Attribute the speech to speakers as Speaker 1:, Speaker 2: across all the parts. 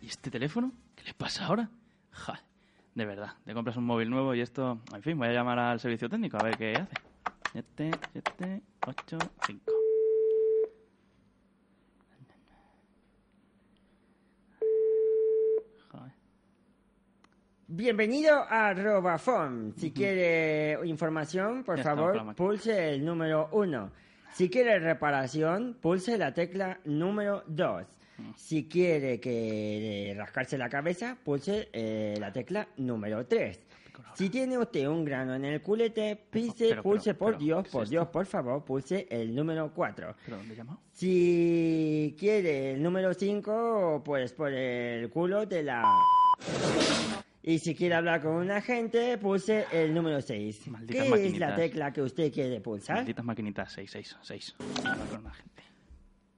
Speaker 1: ¿Y este teléfono? ¿Qué le pasa ahora? Ja, de verdad, te compras un móvil nuevo y esto... En fin, voy a llamar al servicio técnico a ver qué hace. 7, 7, 8, 5.
Speaker 2: Bienvenido a Robafon. Si quiere información, por
Speaker 1: Ya está, con la
Speaker 2: favor,
Speaker 1: máquina.
Speaker 2: pulse el número uno. Si quiere reparación, pulse la tecla número dos. Si quiere que eh, rascarse la cabeza, pulse eh, la tecla número tres. Si tiene usted un grano en el culete, pise,
Speaker 1: pero,
Speaker 2: pulse
Speaker 1: pero,
Speaker 2: por
Speaker 1: pero,
Speaker 2: Dios,
Speaker 1: ¿qué es
Speaker 2: por
Speaker 1: esto?
Speaker 2: Dios, por favor, pulse el número cuatro.
Speaker 1: ¿Pero dónde he llamado?
Speaker 2: Si quiere el número 5, pues por el culo de la... Y si quiere hablar con un agente, pulse el número 6.
Speaker 1: Malditas
Speaker 2: ¿Qué es
Speaker 1: maquinitas.
Speaker 2: la tecla que usted quiere pulsar?
Speaker 1: Malditas maquinitas, 6, 6, 6. Con la gente.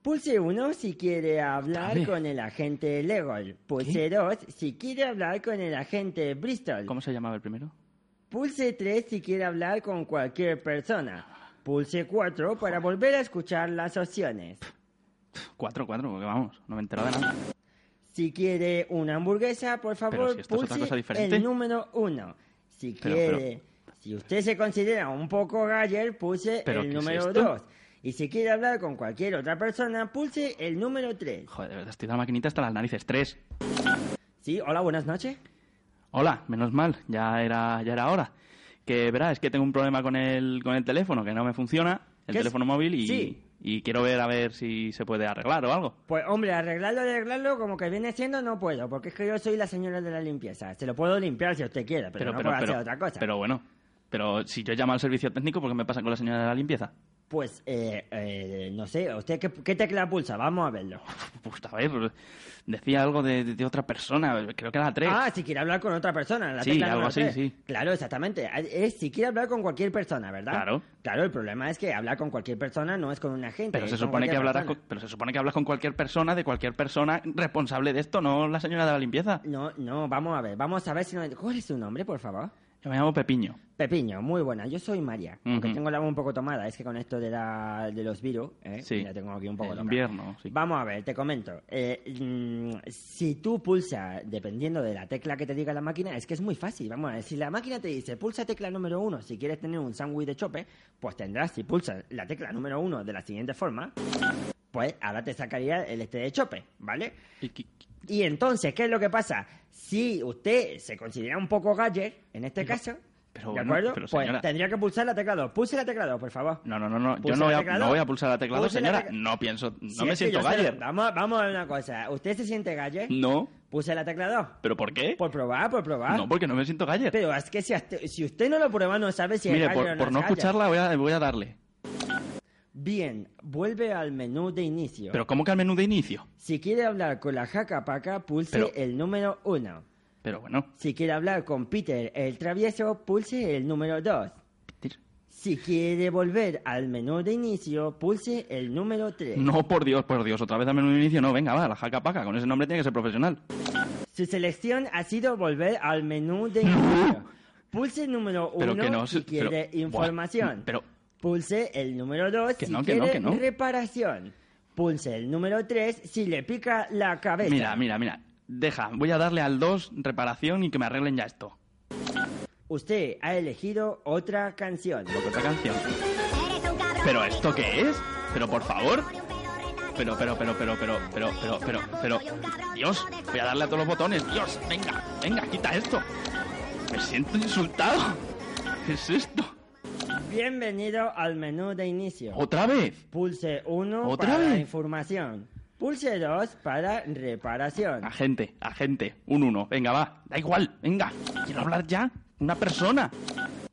Speaker 2: Pulse 1 si quiere hablar
Speaker 1: Dale.
Speaker 2: con el agente Legol. Pulse 2 si quiere hablar con el agente Bristol.
Speaker 1: ¿Cómo se llamaba el primero?
Speaker 2: Pulse 3 si quiere hablar con cualquier persona. Pulse 4 para volver a escuchar las opciones.
Speaker 1: 4, 4, porque vamos, no me he enterado de nada.
Speaker 2: Si quiere una hamburguesa, por favor,
Speaker 1: si esto es otra cosa
Speaker 2: pulse
Speaker 1: diferente.
Speaker 2: el número uno. Si
Speaker 1: Pero,
Speaker 2: quiere, si usted se considera un poco galler, pulse
Speaker 1: ¿Pero
Speaker 2: el
Speaker 1: qué es
Speaker 2: número
Speaker 1: esto?
Speaker 2: dos. Y si quiere hablar con cualquier otra persona, pulse el número tres.
Speaker 1: Joder, de verdad, estoy de la maquinita hasta las narices. 3.
Speaker 2: Sí, hola, buenas noches.
Speaker 1: Hola, menos mal, ya era, ya era hora. Que verás, es que tengo un problema con el, con el teléfono, que no me funciona, el
Speaker 2: ¿Qué es?
Speaker 1: teléfono móvil, y,
Speaker 2: Sí.
Speaker 1: y quiero ver a ver si se puede arreglar o algo.
Speaker 2: Pues hombre, arreglarlo, arreglarlo, como que viene siendo, no puedo, porque es que yo soy la señora de la limpieza. Se lo puedo limpiar si usted quiere, pero, no puedo hacer otra cosa.
Speaker 1: pero bueno, pero si yo llamo al servicio técnico, ¿por qué me pasa con la señora de la limpieza?
Speaker 2: Pues, eh, eh, no sé, ¿usted qué, qué tecla pulsa? Vamos a verlo.
Speaker 1: Pues, a ver, pues, decía algo de, de- de otra persona, creo que era la 3.
Speaker 2: Ah, si quiere hablar con otra persona, la
Speaker 1: Sí,
Speaker 2: tecla
Speaker 1: algo
Speaker 2: número
Speaker 1: así,
Speaker 2: tres.
Speaker 1: sí.
Speaker 2: Claro, exactamente. Ah, Es si quiere hablar con cualquier persona, ¿verdad?
Speaker 1: Claro.
Speaker 2: Claro, el problema es que hablar con cualquier persona no es con un agente.
Speaker 1: Pero
Speaker 2: es
Speaker 1: se,
Speaker 2: con
Speaker 1: supone que
Speaker 2: cualquier
Speaker 1: hablarás con,
Speaker 2: persona.
Speaker 1: pero se supone que hablas con cualquier persona, de cualquier persona responsable de esto, no la señora de la limpieza.
Speaker 2: No, no, vamos a ver, vamos a ver si no... ¿Cuál es su nombre, por favor?
Speaker 1: Yo me llamo Pepiño.
Speaker 2: Pepiño, muy buena. Yo soy María, aunque
Speaker 1: Ujú.
Speaker 2: tengo la voz un poco tomada. Es que con esto de, la, de los virus, ¿eh?
Speaker 1: Sí.
Speaker 2: ya tengo aquí un poco
Speaker 1: El
Speaker 2: loca.
Speaker 1: invierno, sí.
Speaker 2: Vamos a ver, te comento. Eh, mm, si tú pulsas, dependiendo de la tecla que te diga la máquina, es que es muy fácil. Vamos a ver, si la máquina te dice pulsa tecla número uno si quieres tener un sándwich de chope, pues tendrás, si pulsas la tecla número uno de la siguiente forma, pues ahora te sacaría el este de chope, ¿vale?
Speaker 1: Y qui-
Speaker 2: Y entonces, ¿qué es lo que pasa? Si usted se considera un poco galler, en este caso,
Speaker 1: pero
Speaker 2: ¿de
Speaker 1: bueno,
Speaker 2: acuerdo?
Speaker 1: pero
Speaker 2: pues
Speaker 1: señora.
Speaker 2: tendría que pulsar la tecla 2. Pulse la tecla 2, por favor.
Speaker 1: No, no, no, no. Yo
Speaker 2: Pulsa
Speaker 1: no
Speaker 2: la
Speaker 1: voy,
Speaker 2: tecla
Speaker 1: a, no
Speaker 2: dos.
Speaker 1: voy a pulsar la tecla dos,
Speaker 2: Pulsa la
Speaker 1: señora.
Speaker 2: tecla-
Speaker 1: No pienso, no
Speaker 2: Si
Speaker 1: me
Speaker 2: es que
Speaker 1: siento
Speaker 2: yo sé-
Speaker 1: galler.
Speaker 2: Vamos, vamos a ver una cosa. ¿Usted se siente galler?
Speaker 1: No,
Speaker 2: Puse la tecla 2.
Speaker 1: pero ¿por qué?
Speaker 2: Por probar, por probar.
Speaker 1: No, porque no me siento galler.
Speaker 2: Pues Pero es que si, hasta- si usted no lo prueba, no sabe si es
Speaker 1: Mire,
Speaker 2: galle o
Speaker 1: por, por
Speaker 2: es
Speaker 1: no
Speaker 2: galle.
Speaker 1: escucharla voy a, voy a darle.
Speaker 2: Bien, vuelve al menú de inicio.
Speaker 1: Pero ¿cómo que al menú de inicio?
Speaker 2: Si quiere hablar con la jaca paca, pulse
Speaker 1: Pero-
Speaker 2: el número 1.
Speaker 1: Pero bueno.
Speaker 2: Si quiere hablar con Peter el travieso, pulse el número 2.
Speaker 1: Peter.
Speaker 2: Si quiere volver al menú de inicio, pulse el número 3.
Speaker 1: No, por Dios, por Dios. Otra vez al menú de inicio. No, venga, va, la jaca paca. Con ese nombre tiene que ser profesional.
Speaker 2: Su selección ha sido volver al menú de inicio. Pulse el número
Speaker 1: Pero
Speaker 2: 1
Speaker 1: que no,
Speaker 2: si
Speaker 1: sí, pero-
Speaker 2: quiere
Speaker 1: Buah,
Speaker 2: información.
Speaker 1: pero-
Speaker 2: Pulse el número 2
Speaker 1: Que
Speaker 2: si
Speaker 1: no, que no,
Speaker 2: quiere
Speaker 1: que no.
Speaker 2: reparación. Pulse el número 3 si le pica la cabeza.
Speaker 1: Mira, mira, mira. Deja, voy a darle al 2 reparación y que me arreglen ya esto.
Speaker 2: Usted ha elegido otra canción.
Speaker 1: Porque otra canción. ¿Pero esto qué es? Pero por favor. Pero, pero, pero, pero, pero, pero, pero, pero, pero. Dios, voy a darle a todos los botones. Dios, venga, venga, quita esto. Me siento insultado. ¿Qué es esto?
Speaker 2: Bienvenido al menú de inicio.
Speaker 1: ¿Otra vez?
Speaker 2: Pulse 1
Speaker 1: ¿Otra
Speaker 2: para
Speaker 1: vez?
Speaker 2: información. Pulse 2 para reparación.
Speaker 1: Agente, agente, un uno. Venga, va. Da igual, venga. Quiero hablar ya. Una persona.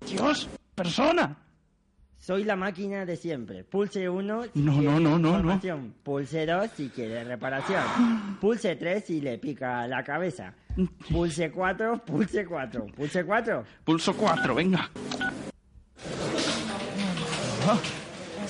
Speaker 1: Dios, persona.
Speaker 2: Soy la máquina de siempre. Pulse 1 si
Speaker 1: No,
Speaker 2: quiere
Speaker 1: no, no, no, no.
Speaker 2: información. Pulse 2 si quiere reparación. Pulse 3 si le pica la cabeza.
Speaker 1: Mm.
Speaker 2: Pulse 4, pulse 4, pulse 4.
Speaker 1: Pulso 4, venga. Ah,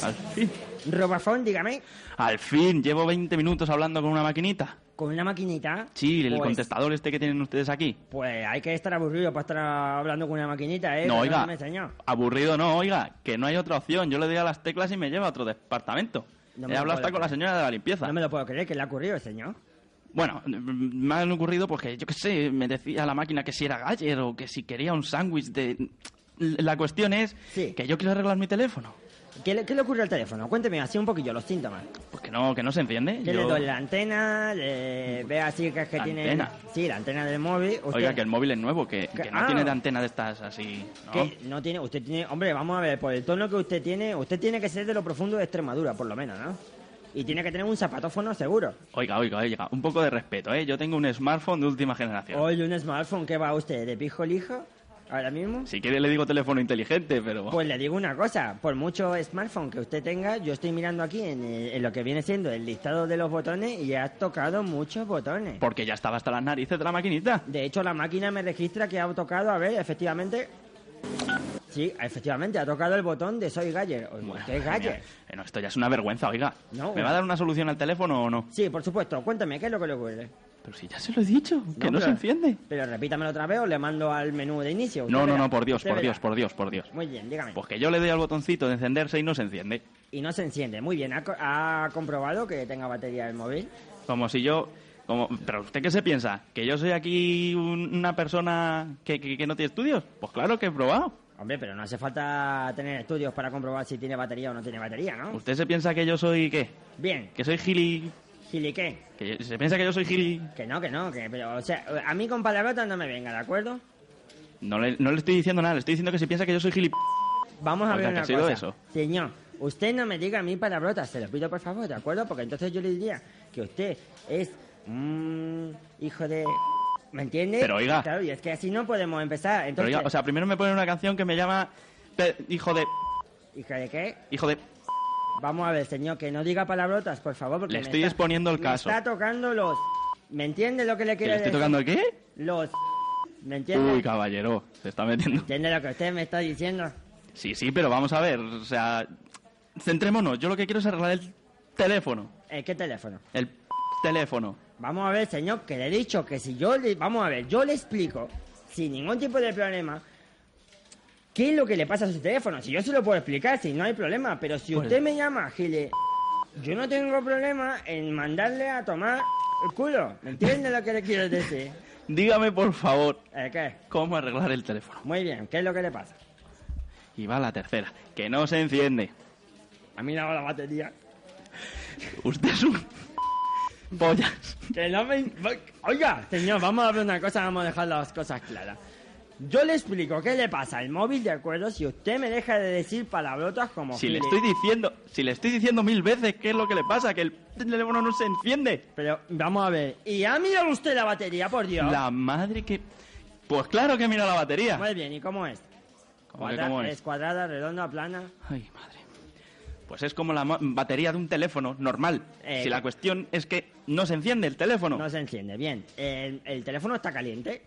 Speaker 1: al fin.
Speaker 2: Robafón, dígame,
Speaker 1: Al fin, llevo 20 minutos hablando con una maquinita.
Speaker 2: con una maquinita.
Speaker 1: Sí, el
Speaker 2: pues-
Speaker 1: contestador este que tienen ustedes aquí.
Speaker 2: Pues hay que estar aburrido para estar hablando con una maquinita, ¿eh?
Speaker 1: No,
Speaker 2: Perdóname,
Speaker 1: oiga,
Speaker 2: señor.
Speaker 1: aburrido no, oiga, que no hay otra opción. Yo le doy a las teclas y me lleva a otro departamento.
Speaker 2: No me
Speaker 1: He
Speaker 2: lo
Speaker 1: hablado
Speaker 2: puedo
Speaker 1: hasta con la
Speaker 2: creer.
Speaker 1: señora de la limpieza.
Speaker 2: No me lo puedo creer que le ha ocurrido, señor.
Speaker 1: Bueno, mm, me han ocurrido porque, yo qué sé, me decía la máquina que si era Galler o que si quería un sándwich de... La cuestión es
Speaker 2: Sí.
Speaker 1: que yo quiero arreglar mi teléfono.
Speaker 2: ¿Qué le, qué le ocurre al teléfono? Cuénteme así un poquillo los síntomas.
Speaker 1: Pues que no, que no se enciende.
Speaker 2: ¿Qué le
Speaker 1: Yo-
Speaker 2: duele la antena? ¿Le ve así que es que
Speaker 1: ¿La
Speaker 2: tiene...
Speaker 1: antena?
Speaker 2: Sí, la antena del móvil. Usted-
Speaker 1: Oiga, que el móvil es nuevo, que, que no
Speaker 2: Ah.
Speaker 1: tiene de antena de estas así. ¿no?
Speaker 2: que no tiene, usted tiene, hombre, vamos a ver, por el tono que usted tiene, usted tiene que ser de lo profundo de Extremadura, por lo menos, ¿no? Y tiene que tener un zapatófono seguro.
Speaker 1: Oiga, oiga, oiga, un poco de respeto, ¿eh? Yo tengo un smartphone de última generación.
Speaker 2: Hoy un smartphone, ¿qué va usted? ¿De pijo lijo? ¿Ahora mismo?
Speaker 1: Si quiere le digo teléfono inteligente, pero...
Speaker 2: Pues le digo una cosa, por mucho smartphone que usted tenga, yo estoy mirando aquí en, el- en lo que viene siendo el listado de los botones y has tocado muchos botones.
Speaker 1: Porque ya estaba hasta las narices de la maquinita.
Speaker 2: De hecho, la máquina me registra que ha tocado, a ver, efectivamente... Sí, efectivamente, ha tocado el botón de Soy Galler. Oye, ¿Qué es Galler?
Speaker 1: Mira, eh, no, esto ya es una vergüenza, oiga.
Speaker 2: No, eh.
Speaker 1: ¿Me va a dar una solución al teléfono o no?
Speaker 2: Sí, por supuesto, cuéntame, ¿qué es lo que le ocurre?
Speaker 1: Pero si ya se lo he dicho, que no
Speaker 2: pero-
Speaker 1: se enciende.
Speaker 2: Pero repítamelo otra vez o le mando al menú de inicio. Usted
Speaker 1: No, no,
Speaker 2: verá,
Speaker 1: no, por Dios,
Speaker 2: usted
Speaker 1: por
Speaker 2: verá.
Speaker 1: Dios, por Dios, por Dios.
Speaker 2: Muy bien, dígame.
Speaker 1: Pues que yo le doy al botoncito de encenderse y no se enciende.
Speaker 2: Y no se enciende. Muy bien, ¿ha, co- ha comprobado que tenga batería el móvil?
Speaker 1: Como si yo... Como, ¿Pero usted qué se piensa? ¿Que yo soy aquí un- una persona que, que- que no tiene estudios? Pues claro que he probado.
Speaker 2: Hombre, pero no hace falta tener estudios para comprobar si tiene batería o no tiene batería, ¿no?
Speaker 1: ¿Usted se piensa que yo soy qué?
Speaker 2: Bien,
Speaker 1: ¿Que soy gili...?
Speaker 2: giliqué.
Speaker 1: ¿Que ¿Se piensa que yo soy gili...?
Speaker 2: Que no, que no, que... Pero, o sea, a mí con palabrotas no me venga, ¿de acuerdo?
Speaker 1: No le, no le estoy diciendo nada, le estoy diciendo que se piensa que yo soy gili...
Speaker 2: Vamos a
Speaker 1: Oiga,
Speaker 2: ver
Speaker 1: ¿qué
Speaker 2: una
Speaker 1: ha sido
Speaker 2: cosa.
Speaker 1: eso?
Speaker 2: Señor, usted no me diga a mí palabrotas, se lo pido por favor, ¿de acuerdo? Porque entonces yo le diría que usted es un hijo de... ¿Me entiende?
Speaker 1: Pero, oiga.
Speaker 2: Claro, y es que así no podemos empezar.
Speaker 1: Pero
Speaker 2: Entonces,
Speaker 1: oiga, o sea, primero me ponen una canción que me llama... pe- Hijo de...
Speaker 2: ¿hijo de qué?
Speaker 1: Hijo de...
Speaker 2: Vamos a ver, señor, que no diga palabrotas, por favor, porque
Speaker 1: Le
Speaker 2: me
Speaker 1: estoy
Speaker 2: está-
Speaker 1: exponiendo el
Speaker 2: me
Speaker 1: caso.
Speaker 2: está tocando los... ¿Me entiende lo que le
Speaker 1: ¿Que
Speaker 2: quiero
Speaker 1: le estoy
Speaker 2: decir?
Speaker 1: tocando el qué?
Speaker 2: Los... ¿Me entiende?
Speaker 1: Uy, caballero, se está metiendo.
Speaker 2: ¿Entiende lo que usted me está diciendo?
Speaker 1: Sí, sí, pero vamos a ver, o sea, centrémonos. Yo lo que quiero es arreglar el teléfono,
Speaker 2: Eh, ¿Qué teléfono?
Speaker 1: el teléfono.
Speaker 2: Vamos a ver, señor, que le he dicho que si yo le... Vamos a ver, yo le explico, sin ningún tipo de problema, qué es lo que le pasa a su teléfono. Si yo se lo puedo explicar, si no hay problema. Pero si usted me llama, Gile, yo no tengo problema en mandarle a tomar el culo. ¿Me entiende lo que le quiero decir?
Speaker 1: Dígame por favor
Speaker 2: Eh, ¿Qué?
Speaker 1: cómo arreglar el teléfono.
Speaker 2: Muy bien, ¿qué es lo que le pasa?
Speaker 1: Y va la tercera, que no se enciende.
Speaker 2: A mí no la batería.
Speaker 1: Usted es un pollas.
Speaker 2: Que no me... Oiga, señor, vamos a ver una cosa, vamos a dejar las cosas claras. Yo le explico qué le pasa al móvil, ¿de acuerdo? Si usted me deja de decir palabrotas como...
Speaker 1: Si le
Speaker 2: gile.
Speaker 1: estoy diciendo, si le estoy diciendo mil veces qué es lo que le pasa, que el teléfono no se enciende.
Speaker 2: Pero vamos a ver. ¿Y ha mirado usted la batería, por Dios?
Speaker 1: La madre que pues claro que mira la batería.
Speaker 2: Muy bien, ¿y cómo es?
Speaker 1: ¿Cómo que cómo es?
Speaker 2: cuadrada, redonda, plana.
Speaker 1: Ay, madre. Pues es como la ma- batería de un teléfono normal.
Speaker 2: Eh,
Speaker 1: si la cuestión es que no se enciende el teléfono.
Speaker 2: No, se enciende. Bien. El, el teléfono está caliente.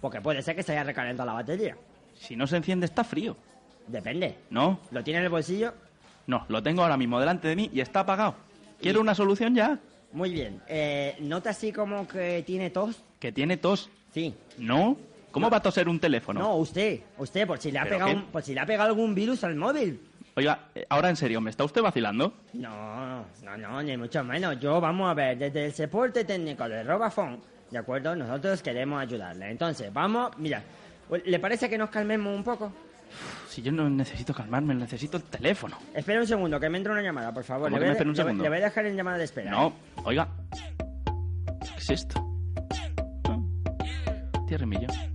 Speaker 2: Porque puede ser que se haya recalentado la batería.
Speaker 1: Si no se enciende está frío.
Speaker 2: Depende.
Speaker 1: No,
Speaker 2: ¿Lo tiene en el bolsillo?
Speaker 1: no, lo tengo ahora mismo delante de mí y está apagado. Quiero una solución ya.
Speaker 2: Muy bien. Eh, ¿Nota así como que tiene tos?
Speaker 1: Que tiene tos.
Speaker 2: Sí.
Speaker 1: No. ¿Cómo va a toser un
Speaker 2: No,
Speaker 1: teléfono?
Speaker 2: usted. Usted, por si, le ha
Speaker 1: ¿Pero
Speaker 2: pegado
Speaker 1: qué?
Speaker 2: un- por si le ha pegado algún virus al móvil.
Speaker 1: Oiga, eh, ahora en serio, ¿me está usted vacilando?
Speaker 2: No, no, no, ni mucho menos. Yo, vamos a ver, desde el soporte técnico de Robafone, ¿de acuerdo? Nosotros queremos ayudarle. Entonces, vamos, mira, pues, ¿le parece que nos calmemos un poco?
Speaker 1: Si yo no necesito calmarme, necesito el teléfono.
Speaker 2: Espera un segundo, que me entra una llamada, por favor.
Speaker 1: ¿Cómo
Speaker 2: Le
Speaker 1: que
Speaker 2: voy,
Speaker 1: me
Speaker 2: a-
Speaker 1: espera un
Speaker 2: le voy-
Speaker 1: segundo?
Speaker 2: le voy a dejar en llamada de espera.
Speaker 1: No, oiga. ¿Qué es esto? Ah. Tierra millón.
Speaker 2: ¿eh?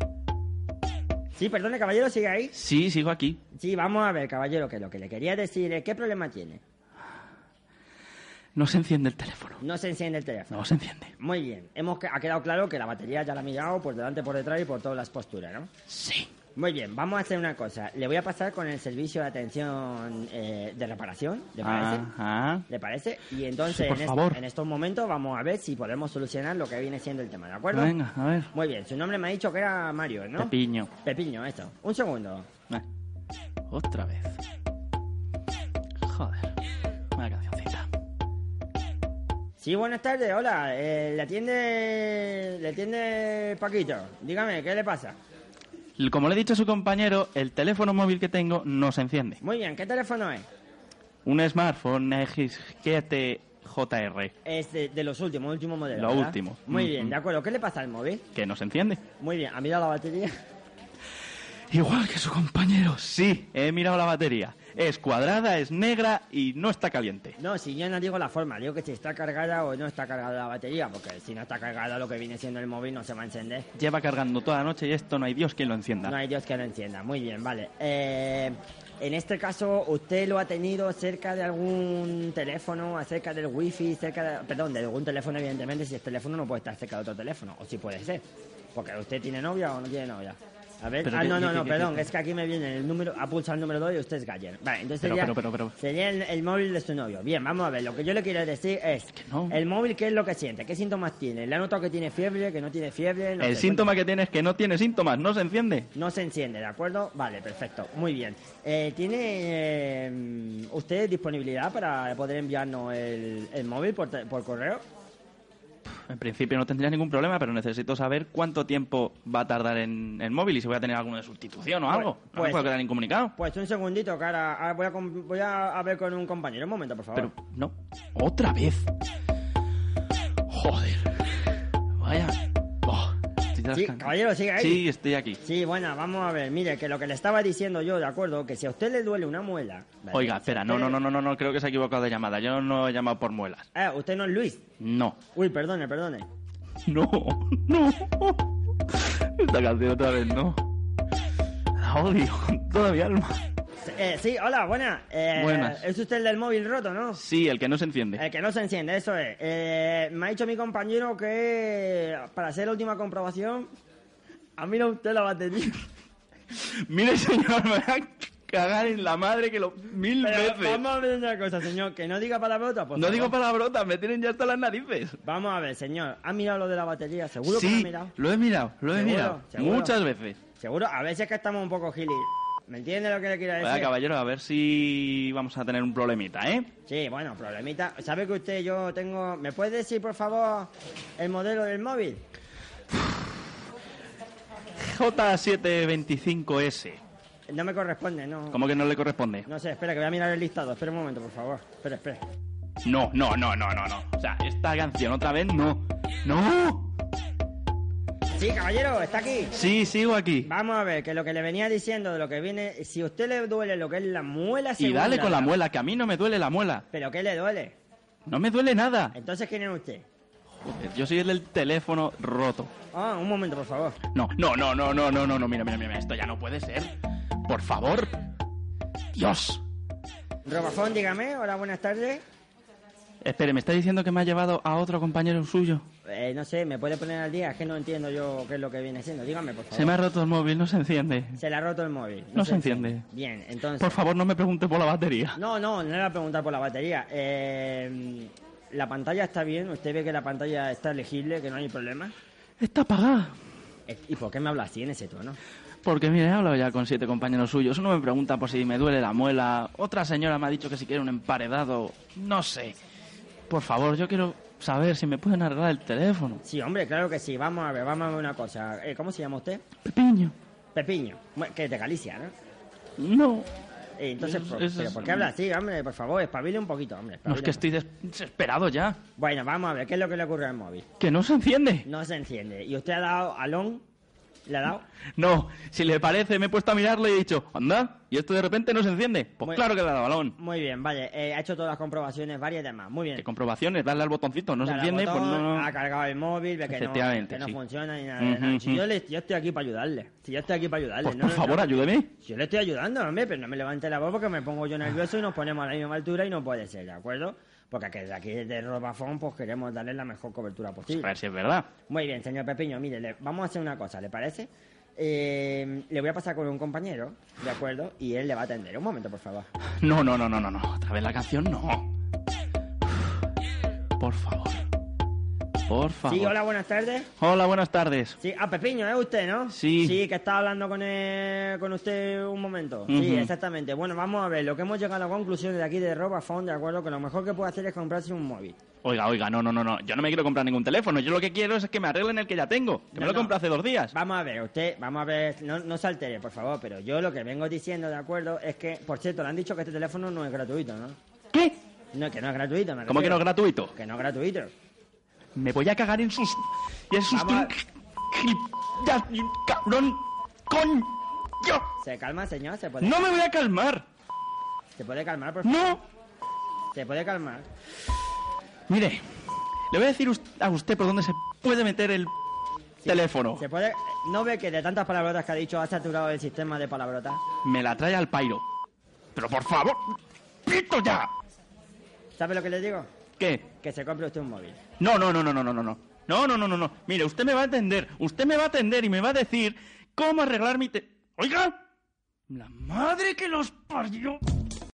Speaker 2: Sí, perdone, caballero, sigue ahí.
Speaker 1: Sí, sigo aquí.
Speaker 2: Sí, vamos a ver, caballero, que lo que le quería decir es qué problema tiene.
Speaker 1: No se enciende el teléfono.
Speaker 2: No se enciende el teléfono.
Speaker 1: No se enciende.
Speaker 2: Muy bien, hemos que- ha quedado claro que la batería ya la ha mirado por delante, por detrás y por todas las posturas, ¿no?
Speaker 1: Sí.
Speaker 2: Muy bien, vamos a hacer una cosa. Le voy a pasar con el servicio de atención eh, de reparación, ¿le parece?
Speaker 1: Ajá.
Speaker 2: ¿Le parece? Y entonces,
Speaker 1: Ah. Sí, por
Speaker 2: en, est-
Speaker 1: favor.
Speaker 2: en estos momentos, vamos a ver si podemos solucionar lo que viene siendo el tema, ¿de acuerdo?
Speaker 1: Venga, a ver.
Speaker 2: Muy bien, su nombre me ha dicho que era Mario, ¿no?
Speaker 1: Pepiño.
Speaker 2: Pepiño, eso. Un segundo.
Speaker 1: Ah, Otra vez. Joder. Una cancioncita.
Speaker 2: Sí, buenas tardes, hola. eh, le atiende. Le atiende Paquito. Dígame, ¿qué le pasa?
Speaker 1: Como le he dicho a su compañero, el teléfono móvil que tengo no se enciende.
Speaker 2: Muy bien, ¿qué teléfono es?
Speaker 1: Un smartphone X7 JR,
Speaker 2: Es de, de los últimos, último modelo.
Speaker 1: Lo
Speaker 2: ¿verdad?
Speaker 1: último.
Speaker 2: Muy
Speaker 1: Mm,
Speaker 2: bien,
Speaker 1: mm.
Speaker 2: de acuerdo. ¿Qué le pasa al móvil?
Speaker 1: que no se enciende.
Speaker 2: Muy bien, ¿ha mirado la batería?
Speaker 1: Igual que su compañero, sí, he mirado la batería. Es cuadrada, es negra y no está caliente.
Speaker 2: No, si yo no digo la forma, digo que si está cargada o no está cargada la batería, porque si no está cargada lo que viene siendo el móvil no se va a encender.
Speaker 1: Lleva cargando toda la noche y esto no hay Dios quien lo encienda.
Speaker 2: No hay Dios que lo encienda. Muy bien, vale. Eh, en este caso, ¿usted lo ha tenido cerca de algún teléfono, acerca del wifi, cerca de... Perdón, de algún teléfono, evidentemente, si el teléfono no puede estar cerca de otro teléfono, o si puede ser. Porque usted tiene novia o no tiene novia. A ver,
Speaker 1: Pero
Speaker 2: ah,
Speaker 1: que-
Speaker 2: no, no,
Speaker 1: que-
Speaker 2: no,
Speaker 1: que-
Speaker 2: perdón,
Speaker 1: que-
Speaker 2: es que aquí me viene el número, ha pulsado el número 2 y usted es Galler. Vale, entonces
Speaker 1: Pero,
Speaker 2: sería,
Speaker 1: pero, pero, pero.
Speaker 2: sería el, el móvil de su novio. Bien, vamos a ver, lo que yo le quiero decir es,
Speaker 1: no.
Speaker 2: el móvil, ¿qué es lo que siente? ¿Qué síntomas tiene? ¿Le ha notado que tiene fiebre, que no tiene fiebre? No
Speaker 1: el
Speaker 2: sé,
Speaker 1: síntoma que tiene es que no tiene síntomas, no se enciende.
Speaker 2: no se enciende, ¿de acuerdo? Vale, perfecto. Muy bien. Eh, ¿Tiene eh, usted disponibilidad para poder enviarnos el, el móvil por, te- por correo?
Speaker 1: En principio no tendría ningún problema, pero necesito saber cuánto tiempo va a tardar en el móvil y si voy a tener alguna sustitución o algo. no me
Speaker 2: pues-
Speaker 1: puedo quedar incomunicado.
Speaker 2: Pues un segundito, cara. Ahora voy a, com- voy a, a ver con un compañero. Un momento, por favor.
Speaker 1: Pero no, otra vez. Joder. Vaya. Oh, estoy de las
Speaker 2: Sí,
Speaker 1: can-
Speaker 2: caballero, sigue ahí.
Speaker 1: Sí, estoy aquí.
Speaker 2: Sí, bueno, vamos a ver. Mire, que lo que le estaba diciendo yo, ¿de acuerdo? Que si a usted le duele una muela... ¿vale?
Speaker 1: Oiga,
Speaker 2: Si
Speaker 1: espera,
Speaker 2: usted-
Speaker 1: no, no, no, no, no, no, creo que se ha equivocado de llamada. Yo no he llamado por muelas.
Speaker 2: Ah, usted no es Luis.
Speaker 1: No.
Speaker 2: Uy, perdone, perdone.
Speaker 1: No, no. Esta canción otra vez no. La odio con toda mi alma.
Speaker 2: Eh, sí, hola, buena. Eh,
Speaker 1: Buenas.
Speaker 2: Es usted el del móvil roto, ¿no?
Speaker 1: Sí, el que no se enciende.
Speaker 2: El Eh, que no se enciende, eso es. Eh, me ha dicho mi compañero que para hacer la última comprobación, ha mirado usted la batería.
Speaker 1: Mire, señor, me va a cagar en la madre que lo mil
Speaker 2: Pero
Speaker 1: veces.
Speaker 2: vamos a ver una cosa, señor, que no diga palabrotas, por
Speaker 1: No
Speaker 2: favor.
Speaker 1: digo palabrotas, me tienen ya hasta las narices.
Speaker 2: Vamos a ver, señor, ¿ha mirado lo de la batería? ¿Seguro que lo ha
Speaker 1: sí,
Speaker 2: mirado?
Speaker 1: lo he mirado, lo he
Speaker 2: Seguro,
Speaker 1: mirado.
Speaker 2: seguro.
Speaker 1: Muchas veces.
Speaker 2: Seguro, a veces que estamos un poco gilis. ¿Me entiende lo que le quiero decir?
Speaker 1: Vaya, caballero, a ver si vamos a tener un problemita, ¿eh?
Speaker 2: Sí, bueno, problemita. ¿Sabe que usted, yo tengo... ¿Me puede decir, por favor, el modelo del móvil?
Speaker 1: J725S.
Speaker 2: No me corresponde, no...
Speaker 1: ¿Cómo que no le corresponde?
Speaker 2: No sé, espera, que voy a mirar el listado. Espera un momento, por favor. Espera, espera.
Speaker 1: No, no, no, no, no, no. O sea, esta canción otra vez no. ¡No!
Speaker 2: Sí, caballero, está aquí.
Speaker 1: Sí, sigo aquí.
Speaker 2: Vamos a ver, que lo que le venía diciendo de lo que viene, si a usted le duele lo que es la muela
Speaker 1: Y
Speaker 2: segunda,
Speaker 1: dale con la muela, que a mí no me duele la muela.
Speaker 2: ¿Pero qué le duele?
Speaker 1: No me duele nada.
Speaker 2: Entonces, ¿quién es usted?
Speaker 1: Joder, yo soy el del teléfono roto.
Speaker 2: Ah, un momento, por favor.
Speaker 1: No, no, no, no, no, no, no, no, mira, mira, mira, esto ya no puede ser. Por favor. Dios.
Speaker 2: Robafón, dígame, hola, buenas tardes.
Speaker 1: Espere, ¿me está diciendo que me ha llevado a otro compañero suyo?
Speaker 2: Eh, no sé, ¿me puede poner al día? Es que no entiendo yo qué es lo que viene siendo. Dígame, por favor.
Speaker 1: Se me ha roto el móvil, no se enciende.
Speaker 2: Se le ha roto el móvil.
Speaker 1: No se enciende.
Speaker 2: Bien, entonces...
Speaker 1: Por favor, no me pregunte por la batería.
Speaker 2: No, no, no le voy a preguntar por la batería. Eh, la pantalla está bien, usted ve que la pantalla está legible, que no hay problema.
Speaker 1: Está apagada.
Speaker 2: Eh, ¿Y por qué me habla así en ese tono?
Speaker 1: Porque mire, he hablado ya con siete compañeros suyos. Uno me pregunta por si me duele la muela. Otra señora me ha dicho que si quiere un emparedado. No sé. Por favor, yo quiero saber si me pueden arreglar el teléfono.
Speaker 2: Sí, hombre, claro que sí. Vamos a ver, vamos a ver una cosa. Eh, ¿Cómo se llama usted?
Speaker 1: Pepiño.
Speaker 2: Pepiño, Bueno, que es de Galicia, ¿no?
Speaker 1: No.
Speaker 2: Eh, entonces,
Speaker 1: Es-
Speaker 2: por,
Speaker 1: es-
Speaker 2: pero ¿por qué habla así, hombre? Por favor, espabile un poquito, hombre.
Speaker 1: No es que
Speaker 2: espabile.
Speaker 1: estoy des- desesperado ya.
Speaker 2: Bueno, vamos a ver, ¿qué es lo que le ocurre al móvil?
Speaker 1: Que no se enciende.
Speaker 2: No se enciende. ¿Y usted ha dado a long? ¿Le ha dado?
Speaker 1: No, si le parece, me he puesto a mirarlo y he dicho, anda, y esto de repente no se enciende. Pues
Speaker 2: Muy-
Speaker 1: claro que le da balón.
Speaker 2: Muy bien, vale. eh, ha hecho todas las comprobaciones varias y demás. Muy bien.
Speaker 1: Que comprobaciones, darle al botoncito, no se
Speaker 2: Dale al
Speaker 1: enciende, pues
Speaker 2: botón, Ah,
Speaker 1: no. no.
Speaker 2: Ha cargado el móvil, ve que no,
Speaker 1: Efectivamente,
Speaker 2: que no
Speaker 1: sí.
Speaker 2: funciona ni nada. de nada.
Speaker 1: Ujú,
Speaker 2: Si yo, le- yo estoy aquí para ayudarle. Si yo estoy aquí para ayudarle.
Speaker 1: Pues
Speaker 2: no,
Speaker 1: por
Speaker 2: no,
Speaker 1: favor,
Speaker 2: no.
Speaker 1: ayúdeme.
Speaker 2: Yo le estoy ayudando, hombre, pero no me levante la voz porque me pongo yo nervioso y nos ponemos a la misma altura y no puede ser, ¿de acuerdo? Porque que de aquí de Robafón pues queremos darle la mejor cobertura
Speaker 1: A
Speaker 2: posible.
Speaker 1: ver si es verdad.
Speaker 2: Muy bien, señor Pepiño, mire, le- vamos a hacer una cosa, ¿le parece? Eh, le voy a pasar con un compañero, ¿de acuerdo? Y él le va a atender. Un momento, por favor.
Speaker 1: No, no, no, no, no, no. Otra vez la canción, no. Por favor. Por favor.
Speaker 2: Sí, hola, buenas tardes.
Speaker 1: Hola, buenas tardes.
Speaker 2: Sí, ah, Pepiño, ¿es usted, no?
Speaker 1: Sí.
Speaker 2: Sí, que estaba hablando con, eh, con usted un momento. Sí,
Speaker 1: Ujú.
Speaker 2: exactamente. Bueno, vamos a ver, lo que hemos llegado a la conclusión de aquí de Robafone, ¿de acuerdo? Que lo mejor que puede hacer es comprarse un móvil.
Speaker 1: Oiga, oiga, no, no, no, no. Yo no me quiero comprar ningún teléfono. Yo lo que quiero es que me arreglen el que ya tengo. Que me
Speaker 2: No,
Speaker 1: lo
Speaker 2: no.
Speaker 1: compré hace dos días.
Speaker 2: Vamos a ver, usted, vamos a ver, no, no se altere, por favor, pero yo lo que vengo diciendo, ¿de acuerdo? Es que, por cierto, le han dicho que este teléfono no es gratuito, ¿no?
Speaker 1: ¿Qué?
Speaker 2: No, que no es gratuito, me
Speaker 1: ¿Cómo que no es
Speaker 2: refiero.
Speaker 1: gratuito?
Speaker 2: Que no es gratuito.
Speaker 1: Me voy a cagar en sus. Y en sus.
Speaker 2: Vamos.
Speaker 1: Ya, ¡Cabrón! ¡Con! yo.
Speaker 2: ¿Se calma, señor? ¿Se puede,
Speaker 1: ¡No me voy a calmar!
Speaker 2: ¿Se puede calmar, por favor?
Speaker 1: ¡No!
Speaker 2: ¿Se puede calmar?
Speaker 1: Mire, le voy a decir us- a usted por dónde se puede meter el teléfono.
Speaker 2: ¿Se puede...? ¿No ve que de tantas palabrotas que ha dicho ha saturado el sistema de palabrotas?
Speaker 1: Me la trae al pairo. Pero por favor, ¡pito ya!
Speaker 2: ¿Sabe lo que le digo?
Speaker 1: ¿Qué?
Speaker 2: Que se compre usted un móvil.
Speaker 1: No, no, no, no, no, no, no, no. No, no, no, no, no. Mire, usted me va a atender. Usted me va a atender y me va a decir cómo arreglar mi te... ¡Oiga! ¡La madre que los parió!